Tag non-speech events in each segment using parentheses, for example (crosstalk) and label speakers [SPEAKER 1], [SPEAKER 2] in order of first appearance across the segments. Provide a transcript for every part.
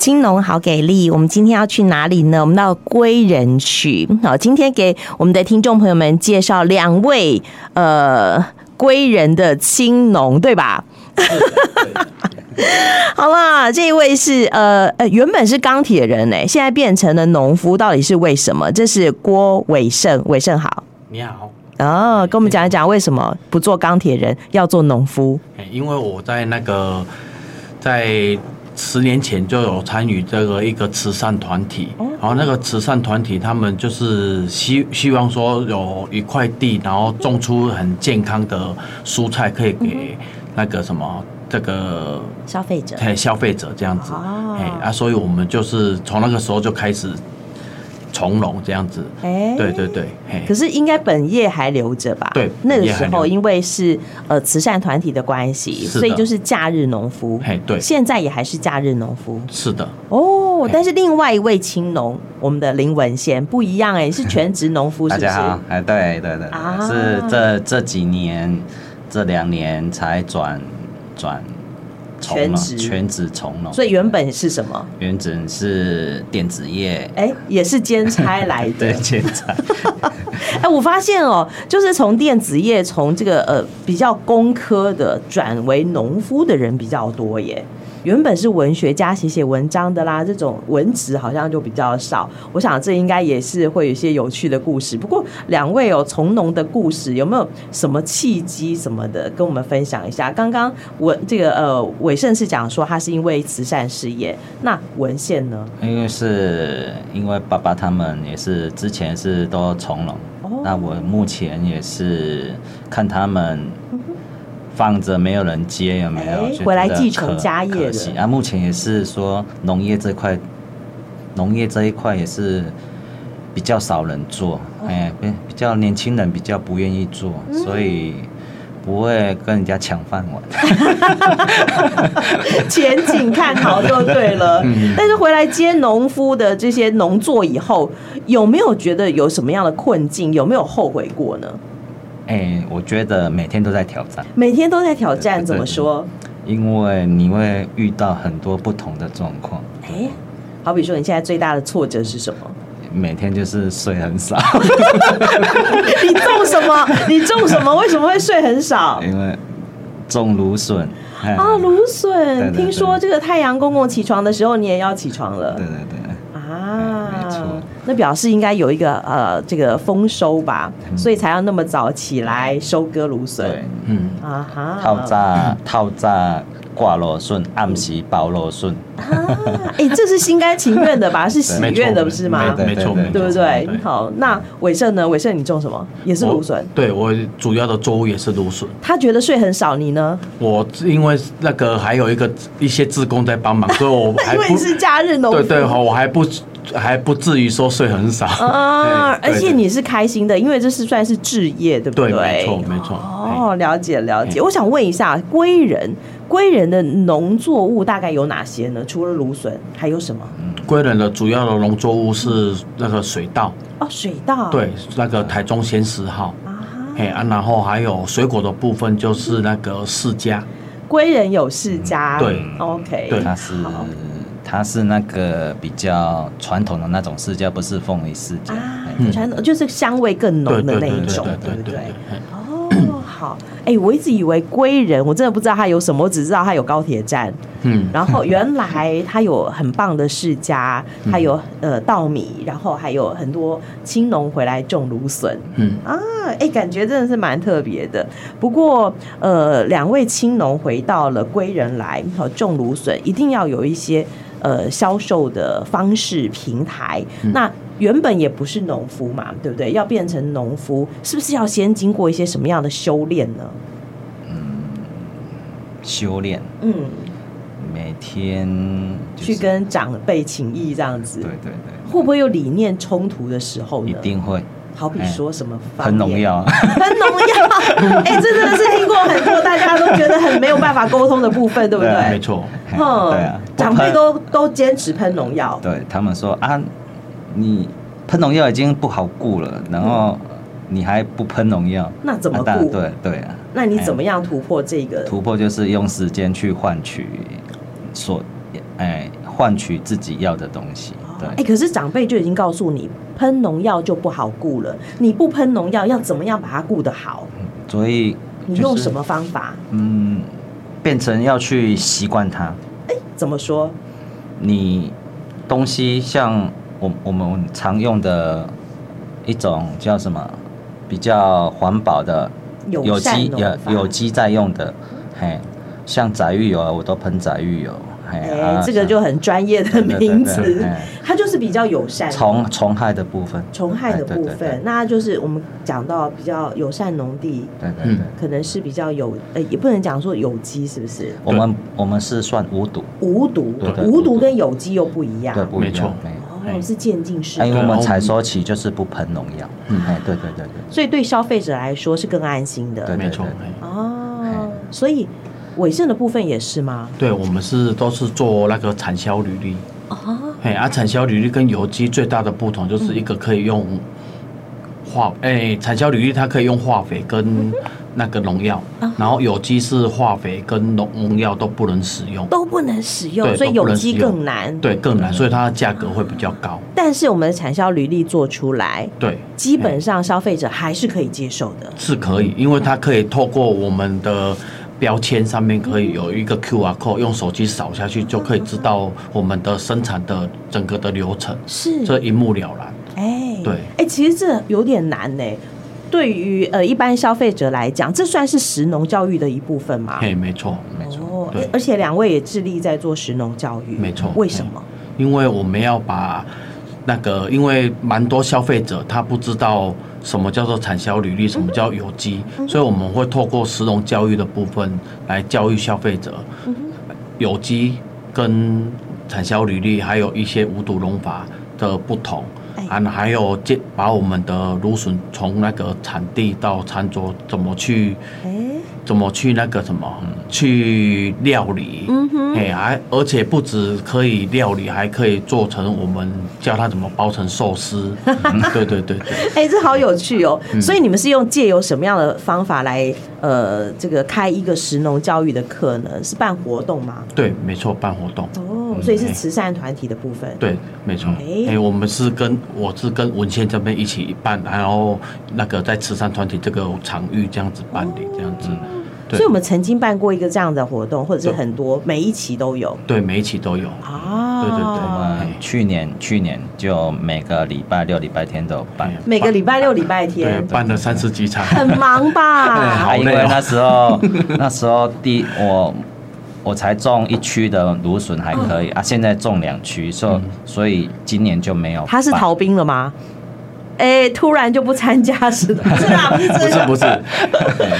[SPEAKER 1] 青农好给力！我们今天要去哪里呢？我们到归仁去。好，今天给我们的听众朋友们介绍两位呃归仁的青农，对吧？ (laughs) 好啦，这一位是呃呃，原本是钢铁人哎、现在变成了农夫，到底是为什么？这是郭伟胜，伟胜好
[SPEAKER 2] 你好，
[SPEAKER 1] 哦，跟我们讲一讲为什么不做钢铁人，要做农夫？
[SPEAKER 2] 哎因为我在那个在十年前就有参与这个一个慈善团体，
[SPEAKER 1] 哦
[SPEAKER 2] 然后那个慈善团体他们就是希希望说有一块地，然后种出很健康的蔬菜，可以
[SPEAKER 1] 嗯
[SPEAKER 2] 给那个什么这个
[SPEAKER 1] 消费者
[SPEAKER 2] 嘿消费者这样子，
[SPEAKER 1] 哦
[SPEAKER 2] 哎啊，所以我们就是从那个时候就开始从容这样子，
[SPEAKER 1] 哎
[SPEAKER 2] 对对对，嘿，
[SPEAKER 1] 可是应该本业还留着吧？
[SPEAKER 2] 对
[SPEAKER 1] 那个
[SPEAKER 2] 本业
[SPEAKER 1] 时
[SPEAKER 2] 还留
[SPEAKER 1] 候因为是呃慈善团体的关系，
[SPEAKER 2] 是的
[SPEAKER 1] 所以就是假日农夫。
[SPEAKER 2] 嘿对
[SPEAKER 1] 现在也还是假日农夫
[SPEAKER 2] 是的，
[SPEAKER 1] 哦。但是另外一位青农，我们的林文贤不一样哎、是全职农夫，是
[SPEAKER 3] 大
[SPEAKER 1] 不是？
[SPEAKER 3] 家好，哎，对对对，
[SPEAKER 1] 啊
[SPEAKER 3] 对是这这几年这两年才转转从
[SPEAKER 1] 全
[SPEAKER 3] 农
[SPEAKER 1] 职
[SPEAKER 3] 全职从农，
[SPEAKER 1] 所以原本是什么？
[SPEAKER 3] 原本是电子业，
[SPEAKER 1] 哎、也是兼差来的 (laughs)
[SPEAKER 2] (laughs)
[SPEAKER 3] 对，。建材，
[SPEAKER 1] 哎、我发现哦，就是从电子业从这个呃比较工科的转为农夫的人比较多耶。原本是文学家写写文章的啦，这种文职好像就比较少。我想这应该也是会有一些有趣的故事。不过两位有从农的故事，有没有什么契机什么的跟我们分享一下？刚刚文这个呃伟盛是讲说他是因为慈善事业，那文献呢？
[SPEAKER 3] 因为是因为爸爸他们也是之前是都从农，
[SPEAKER 1] 哦
[SPEAKER 3] 那我目前也是看他们。放着没有人接，有没有？
[SPEAKER 1] 哎
[SPEAKER 3] 就觉得
[SPEAKER 1] 回来继承
[SPEAKER 3] 可
[SPEAKER 1] 家业
[SPEAKER 3] 可
[SPEAKER 1] 了
[SPEAKER 3] 惜啊，目前也是说农业这块，农业这一块也是比较少人做，
[SPEAKER 1] 哦
[SPEAKER 3] 哎、比比较年轻人比较不愿意做，
[SPEAKER 1] 嗯
[SPEAKER 3] 所以不会跟人家抢饭碗。
[SPEAKER 1] (laughs) 前景看好就对
[SPEAKER 3] (laughs)
[SPEAKER 1] 了。
[SPEAKER 3] 嗯
[SPEAKER 1] 但是回来接农夫的这些农作以后，有没有觉得有什么样的困境？有没有后悔过呢？
[SPEAKER 3] 哎、我觉得每天都在挑战，
[SPEAKER 1] 每天都在挑战，
[SPEAKER 3] 对对
[SPEAKER 1] 怎么说？
[SPEAKER 3] 因为你会遇到很多不同的状况，
[SPEAKER 1] 哎，好比说你现在最大的挫折是什么？ (laughs)
[SPEAKER 3] 每天就是睡很少，
[SPEAKER 1] 你种什么？ (laughs) 你种什么？为什么会睡很少？
[SPEAKER 3] 因为种芦笋。哎
[SPEAKER 1] 啊，芦
[SPEAKER 3] 对
[SPEAKER 1] 笋！
[SPEAKER 3] 对
[SPEAKER 1] 听说这个太阳公公起床的时候，你也要起床了
[SPEAKER 3] 对对对，
[SPEAKER 1] 啊
[SPEAKER 3] 没错。
[SPEAKER 1] 那表示应该有一个呃，这个丰收吧，所以才要那么早起来收割芦笋
[SPEAKER 3] 嗯对。
[SPEAKER 2] 嗯。
[SPEAKER 1] 啊哈。
[SPEAKER 3] 套
[SPEAKER 1] 嗯
[SPEAKER 3] 炸套炸挂螺笋，暗时包螺笋，
[SPEAKER 1] 啊，哎、这是心甘情愿的
[SPEAKER 2] (laughs)
[SPEAKER 1] 吧？是喜
[SPEAKER 2] 没
[SPEAKER 1] 悦
[SPEAKER 2] 错
[SPEAKER 1] 的，不是吗？
[SPEAKER 3] 对
[SPEAKER 2] 没错，没错
[SPEAKER 1] 对不对？嗯好，那伟盛呢？伟盛，你种什么？也是芦笋。。
[SPEAKER 2] 对我对我主要的作物也是芦笋。
[SPEAKER 1] 他觉得税很少，你呢？
[SPEAKER 2] 我因为那个还有一个一些志工
[SPEAKER 1] (laughs)
[SPEAKER 2] 在帮忙，所以我还
[SPEAKER 1] 因为你
[SPEAKER 2] 不
[SPEAKER 1] 是假日农夫。
[SPEAKER 2] 对对好，我还不还不至于说税很少
[SPEAKER 1] 啊，
[SPEAKER 2] 对
[SPEAKER 1] 而且你是开心的，因为这是算是置业，对不
[SPEAKER 2] 对
[SPEAKER 1] 对，
[SPEAKER 2] 没错没错。哎
[SPEAKER 1] 哦，了解了解。
[SPEAKER 2] 哎
[SPEAKER 1] 我想问一下，归仁归仁的农作物大概有哪些呢？除了芦笋，还有什么？
[SPEAKER 2] 归仁的主要的农作物是那个水稻，
[SPEAKER 1] 哦，水稻。
[SPEAKER 2] 对，那个台中鲜十号，
[SPEAKER 1] 啊，
[SPEAKER 2] 嘿啊，然后还有水果的部分就是那个释迦，
[SPEAKER 1] 归仁有世家。
[SPEAKER 2] 对
[SPEAKER 1] ，OK。
[SPEAKER 2] 对
[SPEAKER 3] 它是
[SPEAKER 1] 好
[SPEAKER 3] 它是那个比较传统的那种世家，不是凤梨世家。
[SPEAKER 1] 啊
[SPEAKER 3] 哎，
[SPEAKER 1] 传统就是香味更
[SPEAKER 2] 对
[SPEAKER 1] 浓的
[SPEAKER 2] 对
[SPEAKER 1] 那
[SPEAKER 2] 对
[SPEAKER 1] 一
[SPEAKER 2] 对
[SPEAKER 1] 种，
[SPEAKER 2] 嗯对
[SPEAKER 1] 不
[SPEAKER 2] 对
[SPEAKER 1] 对
[SPEAKER 2] 对。？嘿
[SPEAKER 1] 哦，好，哎、我一直以为归仁，我真的不知道它有什么，我只知道它有高铁站，
[SPEAKER 2] 嗯，
[SPEAKER 1] 然后原来它有很棒的世家，
[SPEAKER 2] 嗯
[SPEAKER 1] 它有呃稻米，然后还有很多青农回来种芦笋。
[SPEAKER 2] 嗯
[SPEAKER 1] 啊，哎、感觉真的是蛮特别的。不过，呃，两位青农回到了归仁来，好种芦笋，一定要有一些呃销售的方式平台。
[SPEAKER 3] 嗯
[SPEAKER 1] 那原本也不是农夫嘛，对不对？要变成农夫，是不是要先经过一些什么样的修炼呢？
[SPEAKER 3] 修炼
[SPEAKER 1] 嗯，
[SPEAKER 3] 每天、就是、
[SPEAKER 1] 去跟长辈请益这样子。
[SPEAKER 3] 对对对，
[SPEAKER 1] 会不会有理念冲突的时候呢？
[SPEAKER 3] 一定哎会
[SPEAKER 1] 好比说什么方啊
[SPEAKER 3] 喷
[SPEAKER 1] 面
[SPEAKER 3] 农，药。 (laughs)
[SPEAKER 1] 喷农药，哎、这真的是听过很多大家都觉得很没有办法沟通的部分，对不
[SPEAKER 3] 对啊
[SPEAKER 2] 没
[SPEAKER 1] 对？
[SPEAKER 2] 错，
[SPEAKER 3] (laughs) 嘿
[SPEAKER 1] 哼
[SPEAKER 3] 对啊，不
[SPEAKER 1] 哦长辈
[SPEAKER 3] 喷
[SPEAKER 1] 都都坚持喷农药，
[SPEAKER 3] 对他们说啊，你喷农药已经不好顾了，然后你还不喷农药，
[SPEAKER 1] 嗯那怎么
[SPEAKER 3] 啊当然
[SPEAKER 1] 顾
[SPEAKER 3] 对对啊，
[SPEAKER 1] 那你怎
[SPEAKER 3] 哎
[SPEAKER 1] 么样突破这个？
[SPEAKER 3] 突破就是用时间去换取所，哎、换取自己要的东西。对，
[SPEAKER 1] 哎、可是长辈就已经告诉你，喷农药就不好顾了。你不喷农药，要怎么样把它顾得好？
[SPEAKER 3] 所以
[SPEAKER 1] 你
[SPEAKER 3] 就是
[SPEAKER 1] 用什么？方法？
[SPEAKER 3] 嗯，变成要去习惯它。
[SPEAKER 1] 怎么说？
[SPEAKER 3] 你东西像我我们常用的一种叫什么，比较环保的有
[SPEAKER 1] 善
[SPEAKER 3] 机
[SPEAKER 1] 农
[SPEAKER 3] 有
[SPEAKER 1] 法
[SPEAKER 3] 有。机在用的，嘿，像杂鱼油啊，我都喷杂鱼油，嘿，
[SPEAKER 1] 哎、
[SPEAKER 3] 啊
[SPEAKER 1] 这个就很专业的
[SPEAKER 3] 对对对
[SPEAKER 1] 名
[SPEAKER 3] 对
[SPEAKER 1] 词
[SPEAKER 3] 哎，
[SPEAKER 1] 它就是比较友善。
[SPEAKER 3] 虫虫害的部分，
[SPEAKER 1] 虫害的
[SPEAKER 3] 哎
[SPEAKER 1] 部分，，那就是我们讲到比较友善农地，
[SPEAKER 3] 对对对对对
[SPEAKER 2] 嗯
[SPEAKER 3] 对，
[SPEAKER 1] 可能是比较有，呃，也不能讲说有机，是不是？
[SPEAKER 3] 我们我们是算无毒，
[SPEAKER 1] 无毒
[SPEAKER 3] 对，对
[SPEAKER 1] 无毒跟有机又不一样。
[SPEAKER 3] 对，不一
[SPEAKER 2] 没错
[SPEAKER 3] 样，没错。
[SPEAKER 1] 哦，是渐进式
[SPEAKER 3] 哎因为
[SPEAKER 1] 的，
[SPEAKER 3] 我
[SPEAKER 2] 对嗯
[SPEAKER 3] 们
[SPEAKER 2] 我
[SPEAKER 3] 采
[SPEAKER 2] 们
[SPEAKER 3] 收期就是不喷农药，哎，对对对对，
[SPEAKER 1] 所以对消费者来说是更安心的。
[SPEAKER 3] 对
[SPEAKER 2] 没错。
[SPEAKER 3] 对
[SPEAKER 2] 哎
[SPEAKER 1] 哦，所以伪证的部分也是吗？
[SPEAKER 2] 对，我们是都是做那个产销履历，
[SPEAKER 1] 啊，
[SPEAKER 2] 哎，啊，产销履历跟有机最大的不同就是一个可以用化，哎，产销履历它可以用化肥跟那个农药，
[SPEAKER 1] 啊
[SPEAKER 2] 然后有机是化肥跟农农药都不能使用，
[SPEAKER 1] 都不能使用，
[SPEAKER 2] 对
[SPEAKER 1] 所以
[SPEAKER 2] 都不
[SPEAKER 1] 有
[SPEAKER 2] 能
[SPEAKER 1] 机
[SPEAKER 2] 使用
[SPEAKER 1] 更难。，
[SPEAKER 2] 对，更难，所以它的价格会比较高，
[SPEAKER 1] 但是我们的产销履历做出来，
[SPEAKER 2] 对，
[SPEAKER 1] 基本上消费者还是可以接受的。
[SPEAKER 2] 是可以，因为它可以透过我们的标签上面可以有一个 QR code，用手机扫下去就可以知道我们的生产的整个的流程，
[SPEAKER 1] 是，
[SPEAKER 2] 这一目了然。
[SPEAKER 1] 哎，
[SPEAKER 2] 对
[SPEAKER 1] 哎，其实这有点难呢。对于呃一般消费者来讲，这算是食农教育的一部分吗？
[SPEAKER 2] 嘿，没错，
[SPEAKER 3] 没错。
[SPEAKER 1] 哦
[SPEAKER 2] 对，
[SPEAKER 1] 而且两位也致力在做食农教育，
[SPEAKER 2] 没错
[SPEAKER 1] 为什么？
[SPEAKER 2] 因为我们要把那个，因为蛮多消费者他不知道什么叫做产销履历，什么叫有机，所以我们会透过食农教育的部分来教育消费者，嗯有机跟产销履历，还有一些无毒农法的不同。
[SPEAKER 1] 哎
[SPEAKER 2] 啊，还有这把我们的芦笋从那个产地到餐桌怎么去
[SPEAKER 1] 哎，
[SPEAKER 2] 怎么去那个什么
[SPEAKER 3] 嗯
[SPEAKER 2] 去料理，
[SPEAKER 1] 嗯哼
[SPEAKER 2] 哎，还而且不止可以料理，还可以做成我们教他怎么包成寿司，
[SPEAKER 3] 嗯
[SPEAKER 2] (laughs) 对对对对，
[SPEAKER 1] 哎，这好有趣
[SPEAKER 2] (laughs)
[SPEAKER 1] 哦！
[SPEAKER 2] 嗯
[SPEAKER 1] 所以你们是用借由什么样的方法来呃，这个开一个食农教育的课呢？是办活动吗？
[SPEAKER 2] 对，没错，办活动，
[SPEAKER 1] 哦，所以是
[SPEAKER 2] 哎
[SPEAKER 1] 慈善团体的部分。，
[SPEAKER 2] 对，没错，
[SPEAKER 3] 嗯
[SPEAKER 1] 哎
[SPEAKER 2] 哎，我们是跟我是跟文献这边一起办，然后那个在慈善团体这个场域这样子办理，这样子，对
[SPEAKER 1] 哦嗯所以我们曾经办过一个这样的活动，或者是
[SPEAKER 2] 对
[SPEAKER 1] 很多，每一期都有
[SPEAKER 2] 对，每一期都有，
[SPEAKER 1] 啊。
[SPEAKER 2] 对对对
[SPEAKER 3] 我们呃去年去年就每个礼拜六、礼拜天都有办
[SPEAKER 2] 哎，
[SPEAKER 1] 每个礼拜六、礼拜
[SPEAKER 2] 对，
[SPEAKER 1] 天，
[SPEAKER 2] 办了三十
[SPEAKER 1] (laughs)
[SPEAKER 2] 几场，
[SPEAKER 1] 很忙
[SPEAKER 2] 哎
[SPEAKER 1] 吧？
[SPEAKER 2] (laughs) 好累哦
[SPEAKER 3] 啊因为那
[SPEAKER 2] (laughs)
[SPEAKER 3] 时候那时候第我我才种一区的芦笋还可
[SPEAKER 1] 嗯
[SPEAKER 3] 以啊，现在种两区，所以
[SPEAKER 2] 嗯
[SPEAKER 3] 所以今年就没有。
[SPEAKER 1] 他是逃，兵了吗？哎，突然就不参加是
[SPEAKER 2] (laughs)
[SPEAKER 1] 的，是啦，不是
[SPEAKER 2] 不
[SPEAKER 1] 这
[SPEAKER 2] 是
[SPEAKER 1] 样
[SPEAKER 3] (laughs)
[SPEAKER 2] 不是，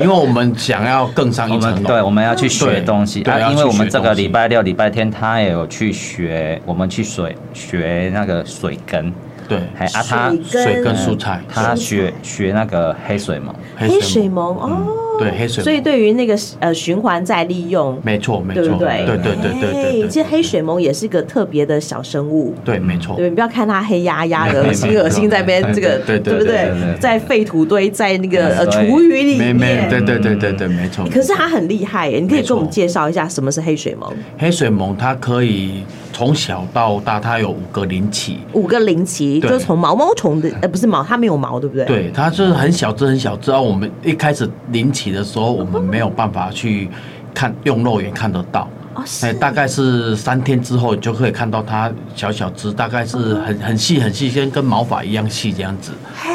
[SPEAKER 2] 因为我们想要更上
[SPEAKER 3] 嗯我
[SPEAKER 2] 一层
[SPEAKER 3] 们
[SPEAKER 2] 楼，
[SPEAKER 3] 对我们要去学
[SPEAKER 2] 对
[SPEAKER 3] 东西
[SPEAKER 2] 对要
[SPEAKER 3] 啊，因为
[SPEAKER 2] 去
[SPEAKER 3] 我们
[SPEAKER 2] 学
[SPEAKER 3] 这个
[SPEAKER 2] 东西
[SPEAKER 3] 礼拜六、礼拜天他也有去学，我们去水学那个水根，
[SPEAKER 2] 对，
[SPEAKER 3] 还啊他
[SPEAKER 2] 哎水跟蔬菜，
[SPEAKER 3] 他
[SPEAKER 1] 蔬
[SPEAKER 3] 学学那个黑水虻。
[SPEAKER 1] 黑水虻哦。
[SPEAKER 2] 对黑水，
[SPEAKER 1] 所以对于那个呃循环再利用，
[SPEAKER 2] 没错没
[SPEAKER 1] 对
[SPEAKER 2] 错，
[SPEAKER 1] 不对？
[SPEAKER 2] 对对对对对
[SPEAKER 1] 哎
[SPEAKER 2] 对，
[SPEAKER 1] 其实黑水虻也是个特别的小生物。
[SPEAKER 2] 对没错，
[SPEAKER 1] 对，你不要看它黑压压的，恶
[SPEAKER 2] 没没
[SPEAKER 1] 心
[SPEAKER 2] 没
[SPEAKER 1] 恶心，在那边
[SPEAKER 2] (laughs) 对
[SPEAKER 1] 这个，
[SPEAKER 2] 对对
[SPEAKER 1] 不
[SPEAKER 2] 对
[SPEAKER 3] 对对对
[SPEAKER 1] 在废土堆，在那个呃
[SPEAKER 3] 对
[SPEAKER 1] 厨余里
[SPEAKER 2] 没没对
[SPEAKER 1] 面。
[SPEAKER 2] 对对对对没错。
[SPEAKER 1] 可是它很厉害耶，你可以给
[SPEAKER 2] 没错
[SPEAKER 1] 我们介绍一下什么是黑水虻？
[SPEAKER 2] 黑水虻它可以从小到大，它有五个鳞起。
[SPEAKER 1] 五个鳞鳍，就
[SPEAKER 2] 对
[SPEAKER 1] 是从毛毛虫的，呃，不是毛，它没有毛，对不对？。
[SPEAKER 2] 对，它是很小只很小只，然后我们一开始鳞起的时候，我们没有办法去看，用肉眼看得到。
[SPEAKER 1] 哦，是
[SPEAKER 2] 哎，。大概是三天之后，你就可以看到它小小只，大概是很很细很细，先跟毛发一样细这样子。
[SPEAKER 1] 嘿，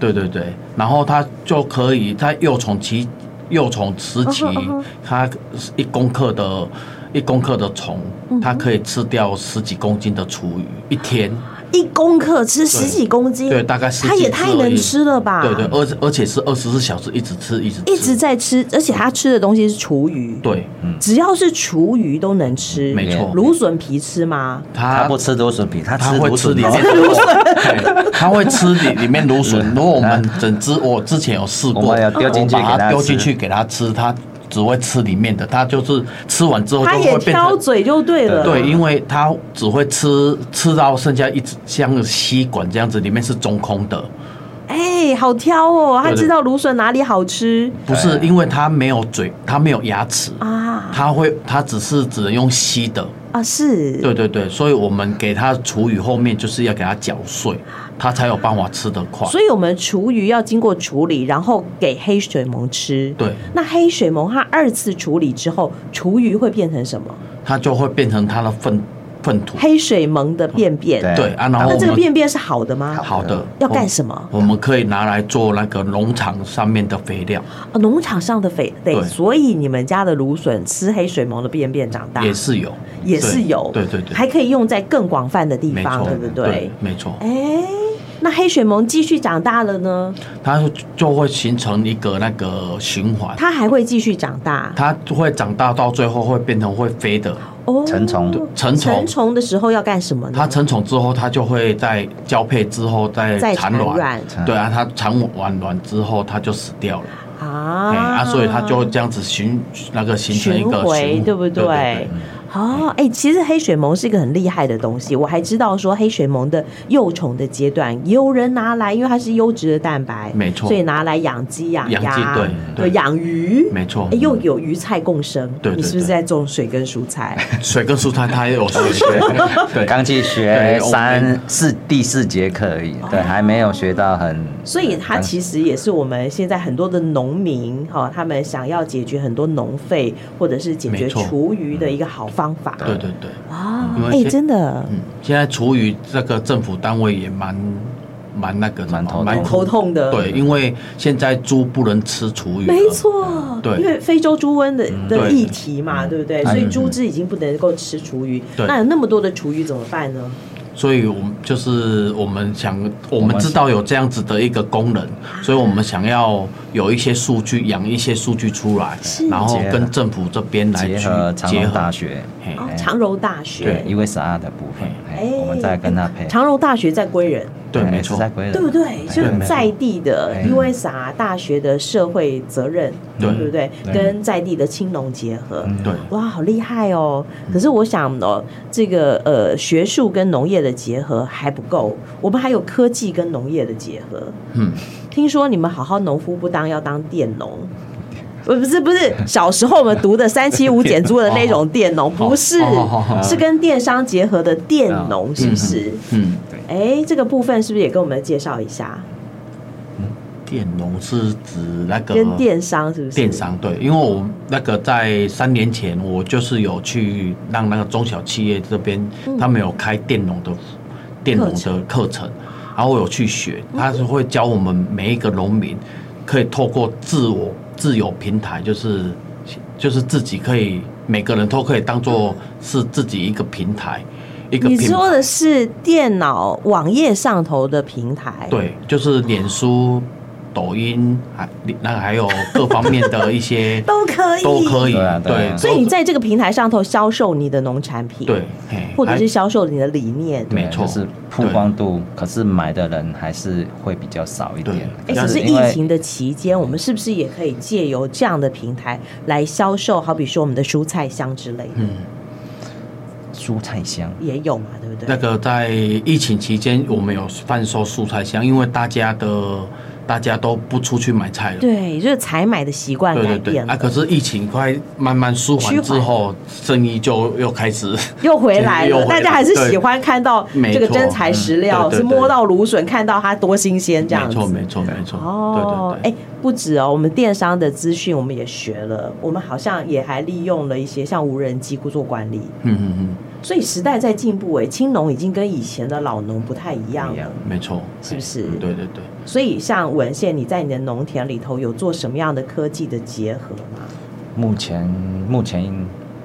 [SPEAKER 2] 对对对，然后它就可以，它幼虫期幼虫时期
[SPEAKER 1] 嗯哼嗯哼，
[SPEAKER 2] 它一公克的一公克的虫，
[SPEAKER 1] 嗯
[SPEAKER 2] 它可以吃掉十几公斤的厨余一天。
[SPEAKER 1] 一公克吃十几公斤，
[SPEAKER 2] 对，大概是
[SPEAKER 1] 它也太能吃了吧？
[SPEAKER 2] 对对，而且而且是二十四小时一直吃一直吃
[SPEAKER 1] 一直在吃，而且它吃的东西是厨余。
[SPEAKER 2] 对，嗯
[SPEAKER 1] 只要是厨余都能吃，
[SPEAKER 2] 没错
[SPEAKER 1] 芦笋皮吃吗？
[SPEAKER 2] 它
[SPEAKER 3] 他不吃芦笋皮，他
[SPEAKER 2] 它
[SPEAKER 3] 吃
[SPEAKER 2] 会
[SPEAKER 3] 芦
[SPEAKER 2] 吃
[SPEAKER 3] 笋哦
[SPEAKER 2] 里
[SPEAKER 3] 肉
[SPEAKER 2] 面。的芦笋，它会吃里里面芦笋。如果我们整只，我之前有试过，
[SPEAKER 3] 嗯我们有丢进去
[SPEAKER 2] 我把
[SPEAKER 3] 给它
[SPEAKER 2] 它丢进
[SPEAKER 3] 吃
[SPEAKER 2] 去给它吃，它只会吃里面的，它就是吃完之后就
[SPEAKER 1] 它
[SPEAKER 2] 会
[SPEAKER 1] 也
[SPEAKER 2] 变成
[SPEAKER 1] 挑嘴就对了。
[SPEAKER 2] 对，因为它只会吃吃到剩下一只像吸管这样子，里面是中空的。
[SPEAKER 1] 哎、好挑哦，他
[SPEAKER 2] 对对
[SPEAKER 1] 知道芦笋哪里好吃
[SPEAKER 2] 不是
[SPEAKER 3] 对
[SPEAKER 2] 因为它没有嘴，它没有牙齿，
[SPEAKER 1] 啊
[SPEAKER 2] 它会它只是只能用吸的。
[SPEAKER 1] 啊，是，
[SPEAKER 2] 对对对，所以我们给它厨余后面就是要给它搅碎，它才有办法吃得快。
[SPEAKER 1] 所以我们厨余要经过处理，然后给黑水虻吃。
[SPEAKER 2] 对，
[SPEAKER 1] 那黑水虻它二次处理之后，厨余会变成什么？
[SPEAKER 2] 它就会变成它的粪粪土。
[SPEAKER 1] 黑水虻的便便。
[SPEAKER 3] 对
[SPEAKER 2] 对啊，然后
[SPEAKER 1] 那
[SPEAKER 2] 我
[SPEAKER 1] 哎这个
[SPEAKER 2] 们
[SPEAKER 1] 便便是好的吗？
[SPEAKER 2] 好的
[SPEAKER 1] 要干什么？
[SPEAKER 2] 我们可以拿来做那个农场上面的肥料，
[SPEAKER 1] 哦农场上的肥对，
[SPEAKER 2] 对
[SPEAKER 1] 所以你们家的芦笋吃黑水虻的便便长大，
[SPEAKER 2] 也是有，
[SPEAKER 1] 也是
[SPEAKER 2] 对
[SPEAKER 1] 有，
[SPEAKER 2] 对对对，
[SPEAKER 1] 还可以用在更广泛的地
[SPEAKER 2] 没
[SPEAKER 1] 方，
[SPEAKER 2] 错，
[SPEAKER 1] 对不对？
[SPEAKER 2] 没错，
[SPEAKER 1] 哎，那黑水虻继续长大了呢，
[SPEAKER 2] 它就就会形成一个那个循环，
[SPEAKER 1] 它还会继续长大
[SPEAKER 2] 它就会长大到最后会变成会飞的。
[SPEAKER 1] 哦。
[SPEAKER 3] 成虫
[SPEAKER 2] 成虫
[SPEAKER 1] 成虫的时候要干什么呢？
[SPEAKER 2] 它成虫之后，它就会在交配之后再
[SPEAKER 1] 再
[SPEAKER 2] 产
[SPEAKER 1] 产
[SPEAKER 2] 卵
[SPEAKER 1] 卵。
[SPEAKER 2] 对啊，它产完卵之后，它就死掉了。
[SPEAKER 1] 啊
[SPEAKER 2] 哎啊，所以它就这样子循那个形成一
[SPEAKER 1] 巡
[SPEAKER 2] 个
[SPEAKER 1] 回，
[SPEAKER 2] 循
[SPEAKER 1] 对不对？
[SPEAKER 2] 嗯
[SPEAKER 1] 哦，哎、其实黑水虻是一个很厉害的东西，我还知道说黑水虻的幼虫的阶段，有人拿来，因为它是优质的蛋白，
[SPEAKER 2] 没错
[SPEAKER 1] 所以拿来养鸡、养
[SPEAKER 2] 养鸡
[SPEAKER 1] 鸭，
[SPEAKER 2] 对对
[SPEAKER 1] 养鱼，
[SPEAKER 2] 没错
[SPEAKER 1] 哎又有鱼菜共生，
[SPEAKER 2] 对对
[SPEAKER 1] 你是不是
[SPEAKER 2] 对
[SPEAKER 1] 在种水跟蔬
[SPEAKER 2] (laughs)
[SPEAKER 1] 菜？
[SPEAKER 2] 水跟蔬菜它也有水
[SPEAKER 3] 对
[SPEAKER 2] 分。对，
[SPEAKER 3] 刚去学
[SPEAKER 2] 对我
[SPEAKER 3] 三四第四节课而已，对，还没有学到很。
[SPEAKER 1] 所以它
[SPEAKER 3] 刚
[SPEAKER 1] 其实也是我们现在很多的农民哈、他们想要解决很多农废或者是解决
[SPEAKER 2] 没错
[SPEAKER 1] 厨余的一个好方法。
[SPEAKER 2] 对对对。
[SPEAKER 1] 啊，
[SPEAKER 2] 因为
[SPEAKER 1] 哎、
[SPEAKER 2] 现
[SPEAKER 1] 真的，
[SPEAKER 2] 嗯，现在厨余这个政府单位也蛮蛮那个的
[SPEAKER 3] 蛮头痛
[SPEAKER 1] 蛮
[SPEAKER 2] 蛮
[SPEAKER 1] 头痛的。
[SPEAKER 2] 对，，因为现在猪不能吃厨余，
[SPEAKER 1] 没，错，
[SPEAKER 2] 对
[SPEAKER 1] 因为非洲猪瘟的的
[SPEAKER 2] 对
[SPEAKER 1] 议题嘛，对不对？
[SPEAKER 3] 嗯
[SPEAKER 1] 所以猪只已经不能够吃厨余，
[SPEAKER 2] 对
[SPEAKER 1] 那有那么多的厨余怎么办呢？
[SPEAKER 2] 所以我们就是我们想，我们
[SPEAKER 3] 们
[SPEAKER 2] 知道有这样子的一个功能，
[SPEAKER 3] 啊
[SPEAKER 2] 所以我们想要有一些数据，养一些数据出来
[SPEAKER 1] 是，
[SPEAKER 2] 然后
[SPEAKER 3] 结合
[SPEAKER 2] 跟政府这边来
[SPEAKER 3] 结
[SPEAKER 2] 去
[SPEAKER 3] 合长
[SPEAKER 2] 结
[SPEAKER 3] 隆
[SPEAKER 2] 合
[SPEAKER 3] 大。学，
[SPEAKER 2] 嘿
[SPEAKER 1] 哦，长荣大学
[SPEAKER 3] 对，，一为十二的部分，哎
[SPEAKER 1] 哎，
[SPEAKER 3] 我们再跟他配。
[SPEAKER 1] 长荣大学在归仁，
[SPEAKER 2] 对，
[SPEAKER 3] 哎
[SPEAKER 2] 没错
[SPEAKER 3] 是，在归
[SPEAKER 1] 对不对？就是
[SPEAKER 2] 没错
[SPEAKER 1] 在地的
[SPEAKER 3] 哎
[SPEAKER 1] USR 大学的社会责任，
[SPEAKER 2] 对嗯
[SPEAKER 1] 对不对？
[SPEAKER 3] 对
[SPEAKER 1] 跟在地的青农结合，
[SPEAKER 2] 对，
[SPEAKER 1] 哇，好厉害哦！可是我想哦，这个呃，学术跟农业的结合还不够，我们还有科技跟农业的结合。
[SPEAKER 2] 嗯，
[SPEAKER 1] 听说你们好好农夫不当，要当佃农。不不是不是，小时候我们读的三七五减租的那种佃农，不是
[SPEAKER 2] 哦哦哦，哦
[SPEAKER 1] 是跟电商结合的佃农，是不是？
[SPEAKER 2] 嗯，
[SPEAKER 1] 哎，这个部分是不是也跟我们介绍一下？
[SPEAKER 2] 佃农是指那个
[SPEAKER 1] 跟电商是不是？
[SPEAKER 2] 电商对，因为我那个在三年前，我就是有去让那个中小企业这边，他们有开电农的电农的课程，然后我有去学，他是会教我们每一个农民可以透过自我自有平台，就是就是自己可以每个人都可以当做是自己一个平台，一个
[SPEAKER 1] 你
[SPEAKER 2] 品牌
[SPEAKER 1] 说的是电脑网页上头的平台，
[SPEAKER 2] 对，就是脸书、抖音，还那个还有各方面的一些
[SPEAKER 1] 都可以，
[SPEAKER 2] (laughs) 都可以，
[SPEAKER 3] 对啊对啊
[SPEAKER 2] 对，
[SPEAKER 1] 所以你
[SPEAKER 2] 都
[SPEAKER 1] 在这个平台上头销售你的农产品，
[SPEAKER 2] 对，，嘿
[SPEAKER 1] 或者是
[SPEAKER 2] 还
[SPEAKER 1] 销售你的理念。
[SPEAKER 3] 对
[SPEAKER 2] 没错
[SPEAKER 3] 就是曝光度，可是买的人还是会比较少一点。
[SPEAKER 1] 哎，可
[SPEAKER 2] 但
[SPEAKER 1] 是
[SPEAKER 2] 是
[SPEAKER 1] 疫
[SPEAKER 3] 因为
[SPEAKER 1] 情的期间，我们是不是也可以借由这样的平台来销售，好比说我们的蔬菜箱之类的，
[SPEAKER 2] 嗯
[SPEAKER 3] 蔬菜香，
[SPEAKER 1] 也有嘛，对不对？
[SPEAKER 2] 那个在疫情期间，我们有贩售蔬菜箱，因为大家的大家都不出去买菜了。
[SPEAKER 1] 对，就是采买的习惯改
[SPEAKER 2] 对对，
[SPEAKER 1] 变了，
[SPEAKER 2] 啊，可是疫情快慢慢舒
[SPEAKER 1] 趋
[SPEAKER 2] 缓
[SPEAKER 1] 缓
[SPEAKER 2] 之后，生意就又开始，
[SPEAKER 1] 又回来
[SPEAKER 2] 又
[SPEAKER 1] 了，
[SPEAKER 2] 回来
[SPEAKER 1] 大
[SPEAKER 2] 了
[SPEAKER 1] 家还是喜欢看到
[SPEAKER 2] 对
[SPEAKER 1] 这个
[SPEAKER 2] 没错
[SPEAKER 1] 真材实料，
[SPEAKER 2] 嗯对对
[SPEAKER 1] 是
[SPEAKER 2] 对
[SPEAKER 1] 摸到芦笋，看到它多新鲜这样子。
[SPEAKER 2] 没错没错没错，
[SPEAKER 1] 哦，
[SPEAKER 2] 对对
[SPEAKER 1] 哎
[SPEAKER 2] 对，，
[SPEAKER 1] 不止哦，我们电商的资讯我们也学了，我们好像也还利用了一些像无人机做管理，
[SPEAKER 2] 嗯嗯
[SPEAKER 1] 所以时代在进步哎，青农已经跟以前的老农不太一样
[SPEAKER 3] 一
[SPEAKER 1] 了
[SPEAKER 3] 样。
[SPEAKER 2] 嗯，没错，
[SPEAKER 1] 是不是
[SPEAKER 2] 嗯对对对，
[SPEAKER 1] 所以像文献，你在你的农田里头有做什么样的科技的结合吗？
[SPEAKER 3] 目前目前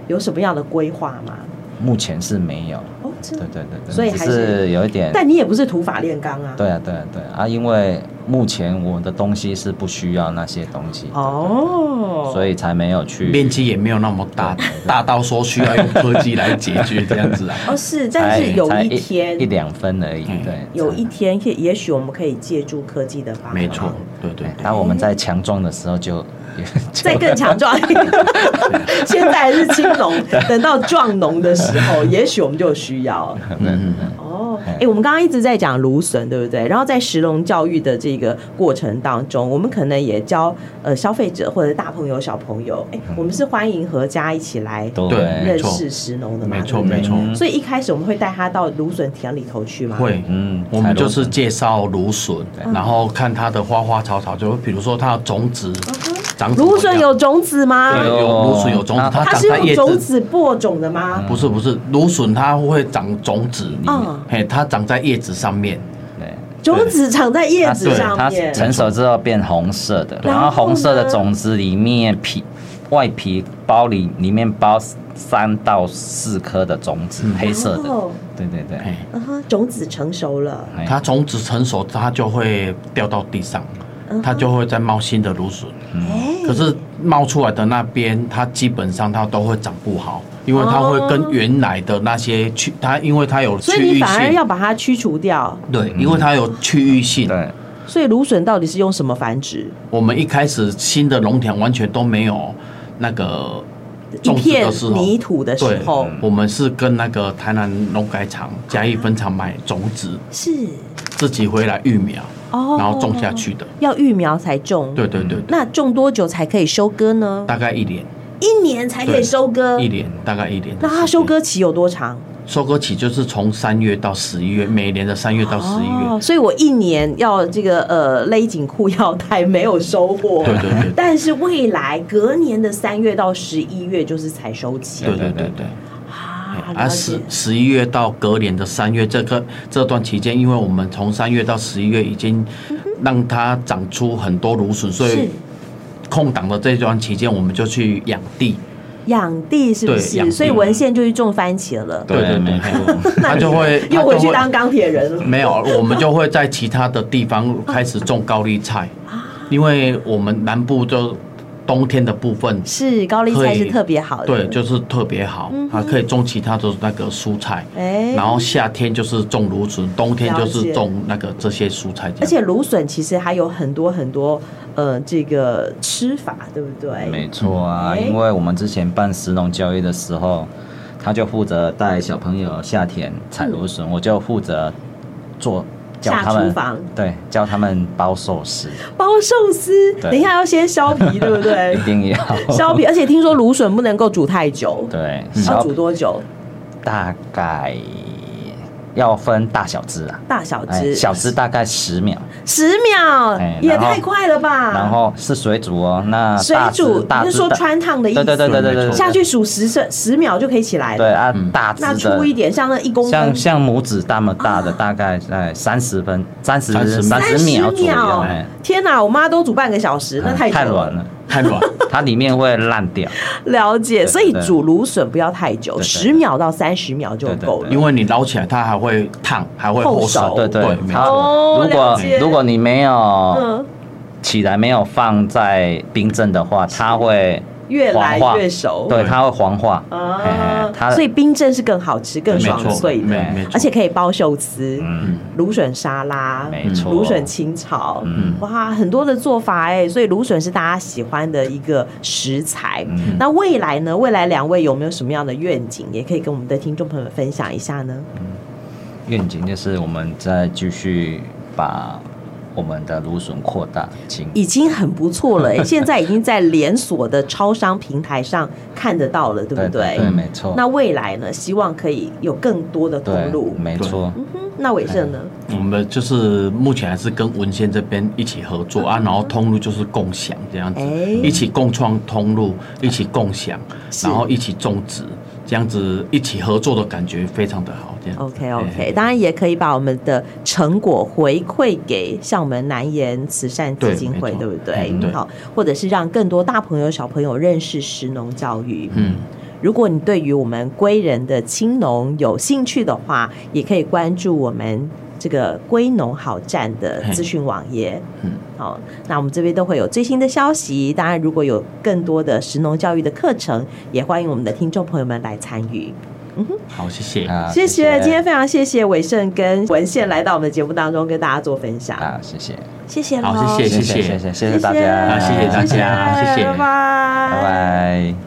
[SPEAKER 1] 有什么样的规划吗？
[SPEAKER 3] 目前是没有。
[SPEAKER 1] 哦，真
[SPEAKER 3] 对
[SPEAKER 1] 的。
[SPEAKER 3] 对对对，
[SPEAKER 1] 所以还
[SPEAKER 3] 只
[SPEAKER 1] 是
[SPEAKER 3] 是有一点。
[SPEAKER 1] 但你也不是土法炼钢啊。
[SPEAKER 3] 对啊对啊对啊，啊因为目前我的东西是不需要那些东西的，
[SPEAKER 1] 哦，
[SPEAKER 3] 所以才没有去。
[SPEAKER 2] 面积也没有那么大， (laughs) 大到说需要用科技来解决这样子啊。
[SPEAKER 1] 哦是，但是有
[SPEAKER 3] 才
[SPEAKER 1] 一
[SPEAKER 3] 一
[SPEAKER 1] 天
[SPEAKER 3] 哎一两分而已，
[SPEAKER 2] 嗯
[SPEAKER 3] 对，
[SPEAKER 1] 有一
[SPEAKER 3] 才
[SPEAKER 1] 天，也也许我们可以借助科技的帮忙，
[SPEAKER 2] 没错，对对
[SPEAKER 1] (laughs)
[SPEAKER 3] (laughs) 对，当我们在强壮的时候就也 (laughs)
[SPEAKER 1] 再更强壮一点。现在还是青农，等到壮农的时候，也许我们就有需要。
[SPEAKER 2] 嗯，
[SPEAKER 1] 哦，哎、我们刚刚一直在讲芦笋，对不对？然后在石龙教育的这个过程当中，我们可能也教呃消费者或者大朋友、小朋友，哎、我们是欢迎合家一起来
[SPEAKER 2] 对
[SPEAKER 1] 认
[SPEAKER 2] 嗯没错
[SPEAKER 1] 识石农的嘛，
[SPEAKER 2] 没错
[SPEAKER 1] 对不对
[SPEAKER 2] 没错
[SPEAKER 3] 嗯
[SPEAKER 1] 所以一开始我们会带他到芦笋田里头去嘛，
[SPEAKER 2] 会，
[SPEAKER 3] 嗯
[SPEAKER 2] 我
[SPEAKER 3] 才
[SPEAKER 2] 们
[SPEAKER 3] 芦
[SPEAKER 2] 就是
[SPEAKER 3] 笋
[SPEAKER 2] 介绍芦笋，然后看它的花花草草，就比如说它的种子长怎么样
[SPEAKER 1] 芦笋有种子吗
[SPEAKER 2] 啊对？
[SPEAKER 3] 哦
[SPEAKER 2] 有芦笋有种子，
[SPEAKER 3] 那
[SPEAKER 2] 它
[SPEAKER 1] 它
[SPEAKER 2] 长
[SPEAKER 1] 是
[SPEAKER 2] 在
[SPEAKER 1] 用
[SPEAKER 2] 叶
[SPEAKER 1] 种
[SPEAKER 2] 子。嗯
[SPEAKER 1] 子播种的吗？
[SPEAKER 2] 不是不是，芦笋它会长种子，
[SPEAKER 1] 嗯
[SPEAKER 2] 嘿，它长在叶子上面，
[SPEAKER 3] 对。
[SPEAKER 1] 种子长在叶子
[SPEAKER 2] 对
[SPEAKER 1] 上
[SPEAKER 3] 它
[SPEAKER 1] 面，
[SPEAKER 3] 成熟之后变红色的，
[SPEAKER 1] 然
[SPEAKER 3] 然
[SPEAKER 1] 后
[SPEAKER 3] 后
[SPEAKER 1] 呢
[SPEAKER 3] 红色的种子里面皮外皮包里里面包三到四颗的种子，黑色的
[SPEAKER 1] 哦，
[SPEAKER 3] 对对对，
[SPEAKER 2] 嗯嘿，
[SPEAKER 1] 嗯哼，种子成熟了，
[SPEAKER 3] 哎
[SPEAKER 2] 它种子成熟，它就会掉到地上，
[SPEAKER 1] 嗯
[SPEAKER 2] 它就会再冒新的芦笋。
[SPEAKER 1] 哎、
[SPEAKER 2] 嗯可是冒出来的那边，它基本上它都会长不好，因为它会
[SPEAKER 1] 哦
[SPEAKER 2] 跟原来的那些区，它因为它有区
[SPEAKER 1] 所以你
[SPEAKER 2] 域
[SPEAKER 1] 反而要
[SPEAKER 2] 性，
[SPEAKER 1] 把它驱除掉。
[SPEAKER 2] 对，因为它有区域性。
[SPEAKER 3] 对，
[SPEAKER 1] 所以芦笋到底是用什么繁殖？
[SPEAKER 2] 我们一开始新的农田完全都没有那个
[SPEAKER 1] 一
[SPEAKER 2] 种植
[SPEAKER 1] 片
[SPEAKER 2] 的时候，
[SPEAKER 1] 泥土的时
[SPEAKER 2] 对嗯
[SPEAKER 1] 候，
[SPEAKER 2] 我们是跟那个台南农改场嘉义分厂买种子，
[SPEAKER 1] 是
[SPEAKER 2] 自己回来育苗，
[SPEAKER 1] 哦，
[SPEAKER 2] 然后种下去的。
[SPEAKER 1] 要育苗才种。
[SPEAKER 2] 对，对对对，
[SPEAKER 1] 那种多久才可以收割呢？
[SPEAKER 2] 大概一年，
[SPEAKER 1] 一年才可以收割。
[SPEAKER 2] 一年大概一年的时
[SPEAKER 1] 嗯
[SPEAKER 2] 间。
[SPEAKER 1] 那它收割期有多长？
[SPEAKER 2] 收割期就是从三月到十一月，每年的三月到十一
[SPEAKER 1] 哦，
[SPEAKER 2] 月。
[SPEAKER 1] 所以我一年要这个呃勒紧裤腰带，没有收获。
[SPEAKER 2] 对对对
[SPEAKER 1] 但是未来隔年的三月到十一月就是采收期。
[SPEAKER 2] 对对
[SPEAKER 3] 对
[SPEAKER 2] 对
[SPEAKER 3] 对
[SPEAKER 2] 对。
[SPEAKER 1] 啊，
[SPEAKER 2] 啊，
[SPEAKER 1] 了
[SPEAKER 2] 十
[SPEAKER 1] 解。
[SPEAKER 2] 十一月到隔年的三月，这个这段期间，因为我们从三月到十一月已经让它长出很多芦笋，所
[SPEAKER 1] 是
[SPEAKER 2] 以空档的这段期间，我们就去养地，
[SPEAKER 1] 养地是不
[SPEAKER 2] 对
[SPEAKER 1] 是？
[SPEAKER 2] 养地
[SPEAKER 1] 所以文献就去种番茄了。
[SPEAKER 2] 对对
[SPEAKER 3] 没
[SPEAKER 2] 对， (laughs)
[SPEAKER 3] 错，
[SPEAKER 2] 它就会
[SPEAKER 1] 又回去当。
[SPEAKER 2] 它就会
[SPEAKER 1] 钢铁人了。
[SPEAKER 2] 没有，我们就会在其他的地方开始种高丽菜，
[SPEAKER 1] 啊
[SPEAKER 2] 因为我们南部就冬天的部分
[SPEAKER 1] 是高丽菜
[SPEAKER 2] 可以
[SPEAKER 1] 是特别好的，嗯
[SPEAKER 2] 对，就是特别好，它可以种其他的那个蔬菜，
[SPEAKER 1] 哎
[SPEAKER 2] 然后夏天就是种芦笋，冬天就
[SPEAKER 1] 了解
[SPEAKER 2] 是种那个这些蔬菜这样。
[SPEAKER 1] 而且芦笋其实还有很多很多呃这个吃法，对不对？
[SPEAKER 3] 没错啊，
[SPEAKER 1] 哎
[SPEAKER 3] 因为我们之前办石农教育的时候，他就负责带小朋友下田采芦笋，我就负责做教
[SPEAKER 1] 下
[SPEAKER 3] 他
[SPEAKER 1] 厨
[SPEAKER 3] 们
[SPEAKER 1] 房
[SPEAKER 3] 对教他们包寿司，
[SPEAKER 1] 包寿司，
[SPEAKER 3] 对
[SPEAKER 1] 等一下要先削皮，对不对
[SPEAKER 3] (laughs) 一？定要 (laughs)
[SPEAKER 1] 削皮，而且听说芦笋不能够煮太久，
[SPEAKER 3] 对，
[SPEAKER 1] 要
[SPEAKER 3] 小
[SPEAKER 1] 煮多久？
[SPEAKER 3] 大概要分大小只啊。
[SPEAKER 1] 大小
[SPEAKER 3] 哎，
[SPEAKER 1] 只，
[SPEAKER 3] 小只大概十秒，
[SPEAKER 1] 十秒
[SPEAKER 3] 哎，
[SPEAKER 1] 也
[SPEAKER 3] 然后
[SPEAKER 1] 太快了吧？
[SPEAKER 3] 然后是水煮哦，那
[SPEAKER 1] 水
[SPEAKER 3] 大只
[SPEAKER 1] 煮，
[SPEAKER 3] 大
[SPEAKER 1] 你
[SPEAKER 3] 只
[SPEAKER 1] 是说
[SPEAKER 3] 的
[SPEAKER 1] 穿烫的意思？
[SPEAKER 3] 对对对对对对对，
[SPEAKER 1] 下去数十声，十秒就可以起来
[SPEAKER 3] 对
[SPEAKER 1] 了。
[SPEAKER 3] 啊，大只
[SPEAKER 1] 那粗
[SPEAKER 3] 的
[SPEAKER 1] 一，点，像那一公分
[SPEAKER 3] 像，像拇指那么大的，大概在三十分三十
[SPEAKER 2] 30
[SPEAKER 3] 三十秒左右，
[SPEAKER 1] 秒
[SPEAKER 3] 哎，嗯
[SPEAKER 1] 天哪！我妈都煮半个小时，那太久
[SPEAKER 3] 太软了，
[SPEAKER 1] (laughs)
[SPEAKER 2] 太软，
[SPEAKER 3] 它里面会烂掉， (laughs)
[SPEAKER 1] 了解，
[SPEAKER 3] 对
[SPEAKER 1] 所以
[SPEAKER 3] 对
[SPEAKER 1] 煮芦笋不要太久，
[SPEAKER 3] 对对
[SPEAKER 1] 十秒到三十秒就够
[SPEAKER 3] 对
[SPEAKER 1] 了
[SPEAKER 3] 对。
[SPEAKER 2] 因为你捞起来它还会烫，还会
[SPEAKER 1] 后
[SPEAKER 2] 后
[SPEAKER 1] 手
[SPEAKER 2] 手。
[SPEAKER 3] 对
[SPEAKER 2] 对，没
[SPEAKER 3] 它
[SPEAKER 2] 错。
[SPEAKER 1] 哦
[SPEAKER 3] 如
[SPEAKER 1] 了
[SPEAKER 3] 果
[SPEAKER 1] 解
[SPEAKER 3] 如果你没有
[SPEAKER 1] 嗯，
[SPEAKER 3] 起来没有放在冰镇的话，它会
[SPEAKER 1] 越来
[SPEAKER 3] 黄化
[SPEAKER 1] 越熟
[SPEAKER 3] 对，它会黄化，嘿
[SPEAKER 1] 啊
[SPEAKER 3] 嘿，它
[SPEAKER 1] 所以冰镇是更好吃、更
[SPEAKER 2] 没
[SPEAKER 1] 爽
[SPEAKER 2] 错
[SPEAKER 1] 脆的
[SPEAKER 2] 没没，错
[SPEAKER 1] 而且可以包寿司、
[SPEAKER 3] 嗯，
[SPEAKER 1] 芦笋沙拉、
[SPEAKER 3] 没错，嗯
[SPEAKER 1] 芦笋清炒。哇，很多的做法哎，所以芦笋是大家喜欢的一个食材。
[SPEAKER 3] 嗯
[SPEAKER 1] 那未来呢？未来两位有没有什么样的愿景，也可以跟我们的听众朋友们分享一下呢？
[SPEAKER 3] 愿景就是我们再继续把我们的芦笋扩大，请
[SPEAKER 1] 已经很不错了、欸，现在已经在连锁的超商平台上看得到了，对不
[SPEAKER 3] 对对没错
[SPEAKER 1] 那未来呢？希望可以有更多的
[SPEAKER 3] 对
[SPEAKER 1] 通路，。
[SPEAKER 3] 没错，
[SPEAKER 1] 嗯那伟盛呢？
[SPEAKER 2] 我们就是目前还是跟文献这边一起合作啊，然后通路就是共享这样子，
[SPEAKER 1] 嗯哎
[SPEAKER 2] 一起共创通路，一起共享，
[SPEAKER 1] 是
[SPEAKER 2] 然后一起种植，这样子一起合作的感觉非常的好。这样
[SPEAKER 1] OK
[SPEAKER 2] 哎
[SPEAKER 1] OK，当然也可以把我们的成果回馈给像我们南岩慈善基金会，对
[SPEAKER 2] 对没错
[SPEAKER 1] 不对
[SPEAKER 2] 嗯？对
[SPEAKER 1] 好，或者是让更多大朋友小朋友认识食农教育。
[SPEAKER 2] 嗯，
[SPEAKER 1] 如果你对于我们归人的青农有兴趣的话，也可以关注我们这个归农好站的资讯网页。
[SPEAKER 2] 嗯，
[SPEAKER 1] 好，那我们这边都会有最新的消息。当然，如果有更多的食农教育的课程，也欢迎我们的听众朋友们来参与。
[SPEAKER 2] 好，谢谢。
[SPEAKER 3] 啊，
[SPEAKER 1] 谢谢，今天非常谢谢伟盛跟文宪来到我们的节目当中跟大家做分享，
[SPEAKER 3] 啊，谢谢，
[SPEAKER 1] 谢谢
[SPEAKER 2] 好
[SPEAKER 1] 喽，
[SPEAKER 2] 谢
[SPEAKER 3] 谢谢，
[SPEAKER 2] 谢
[SPEAKER 3] 谢谢，谢谢大
[SPEAKER 1] 谢谢
[SPEAKER 3] 家，
[SPEAKER 2] 啊谢谢大家
[SPEAKER 1] 谢
[SPEAKER 2] 谢谢
[SPEAKER 1] 拜拜，
[SPEAKER 3] 拜拜。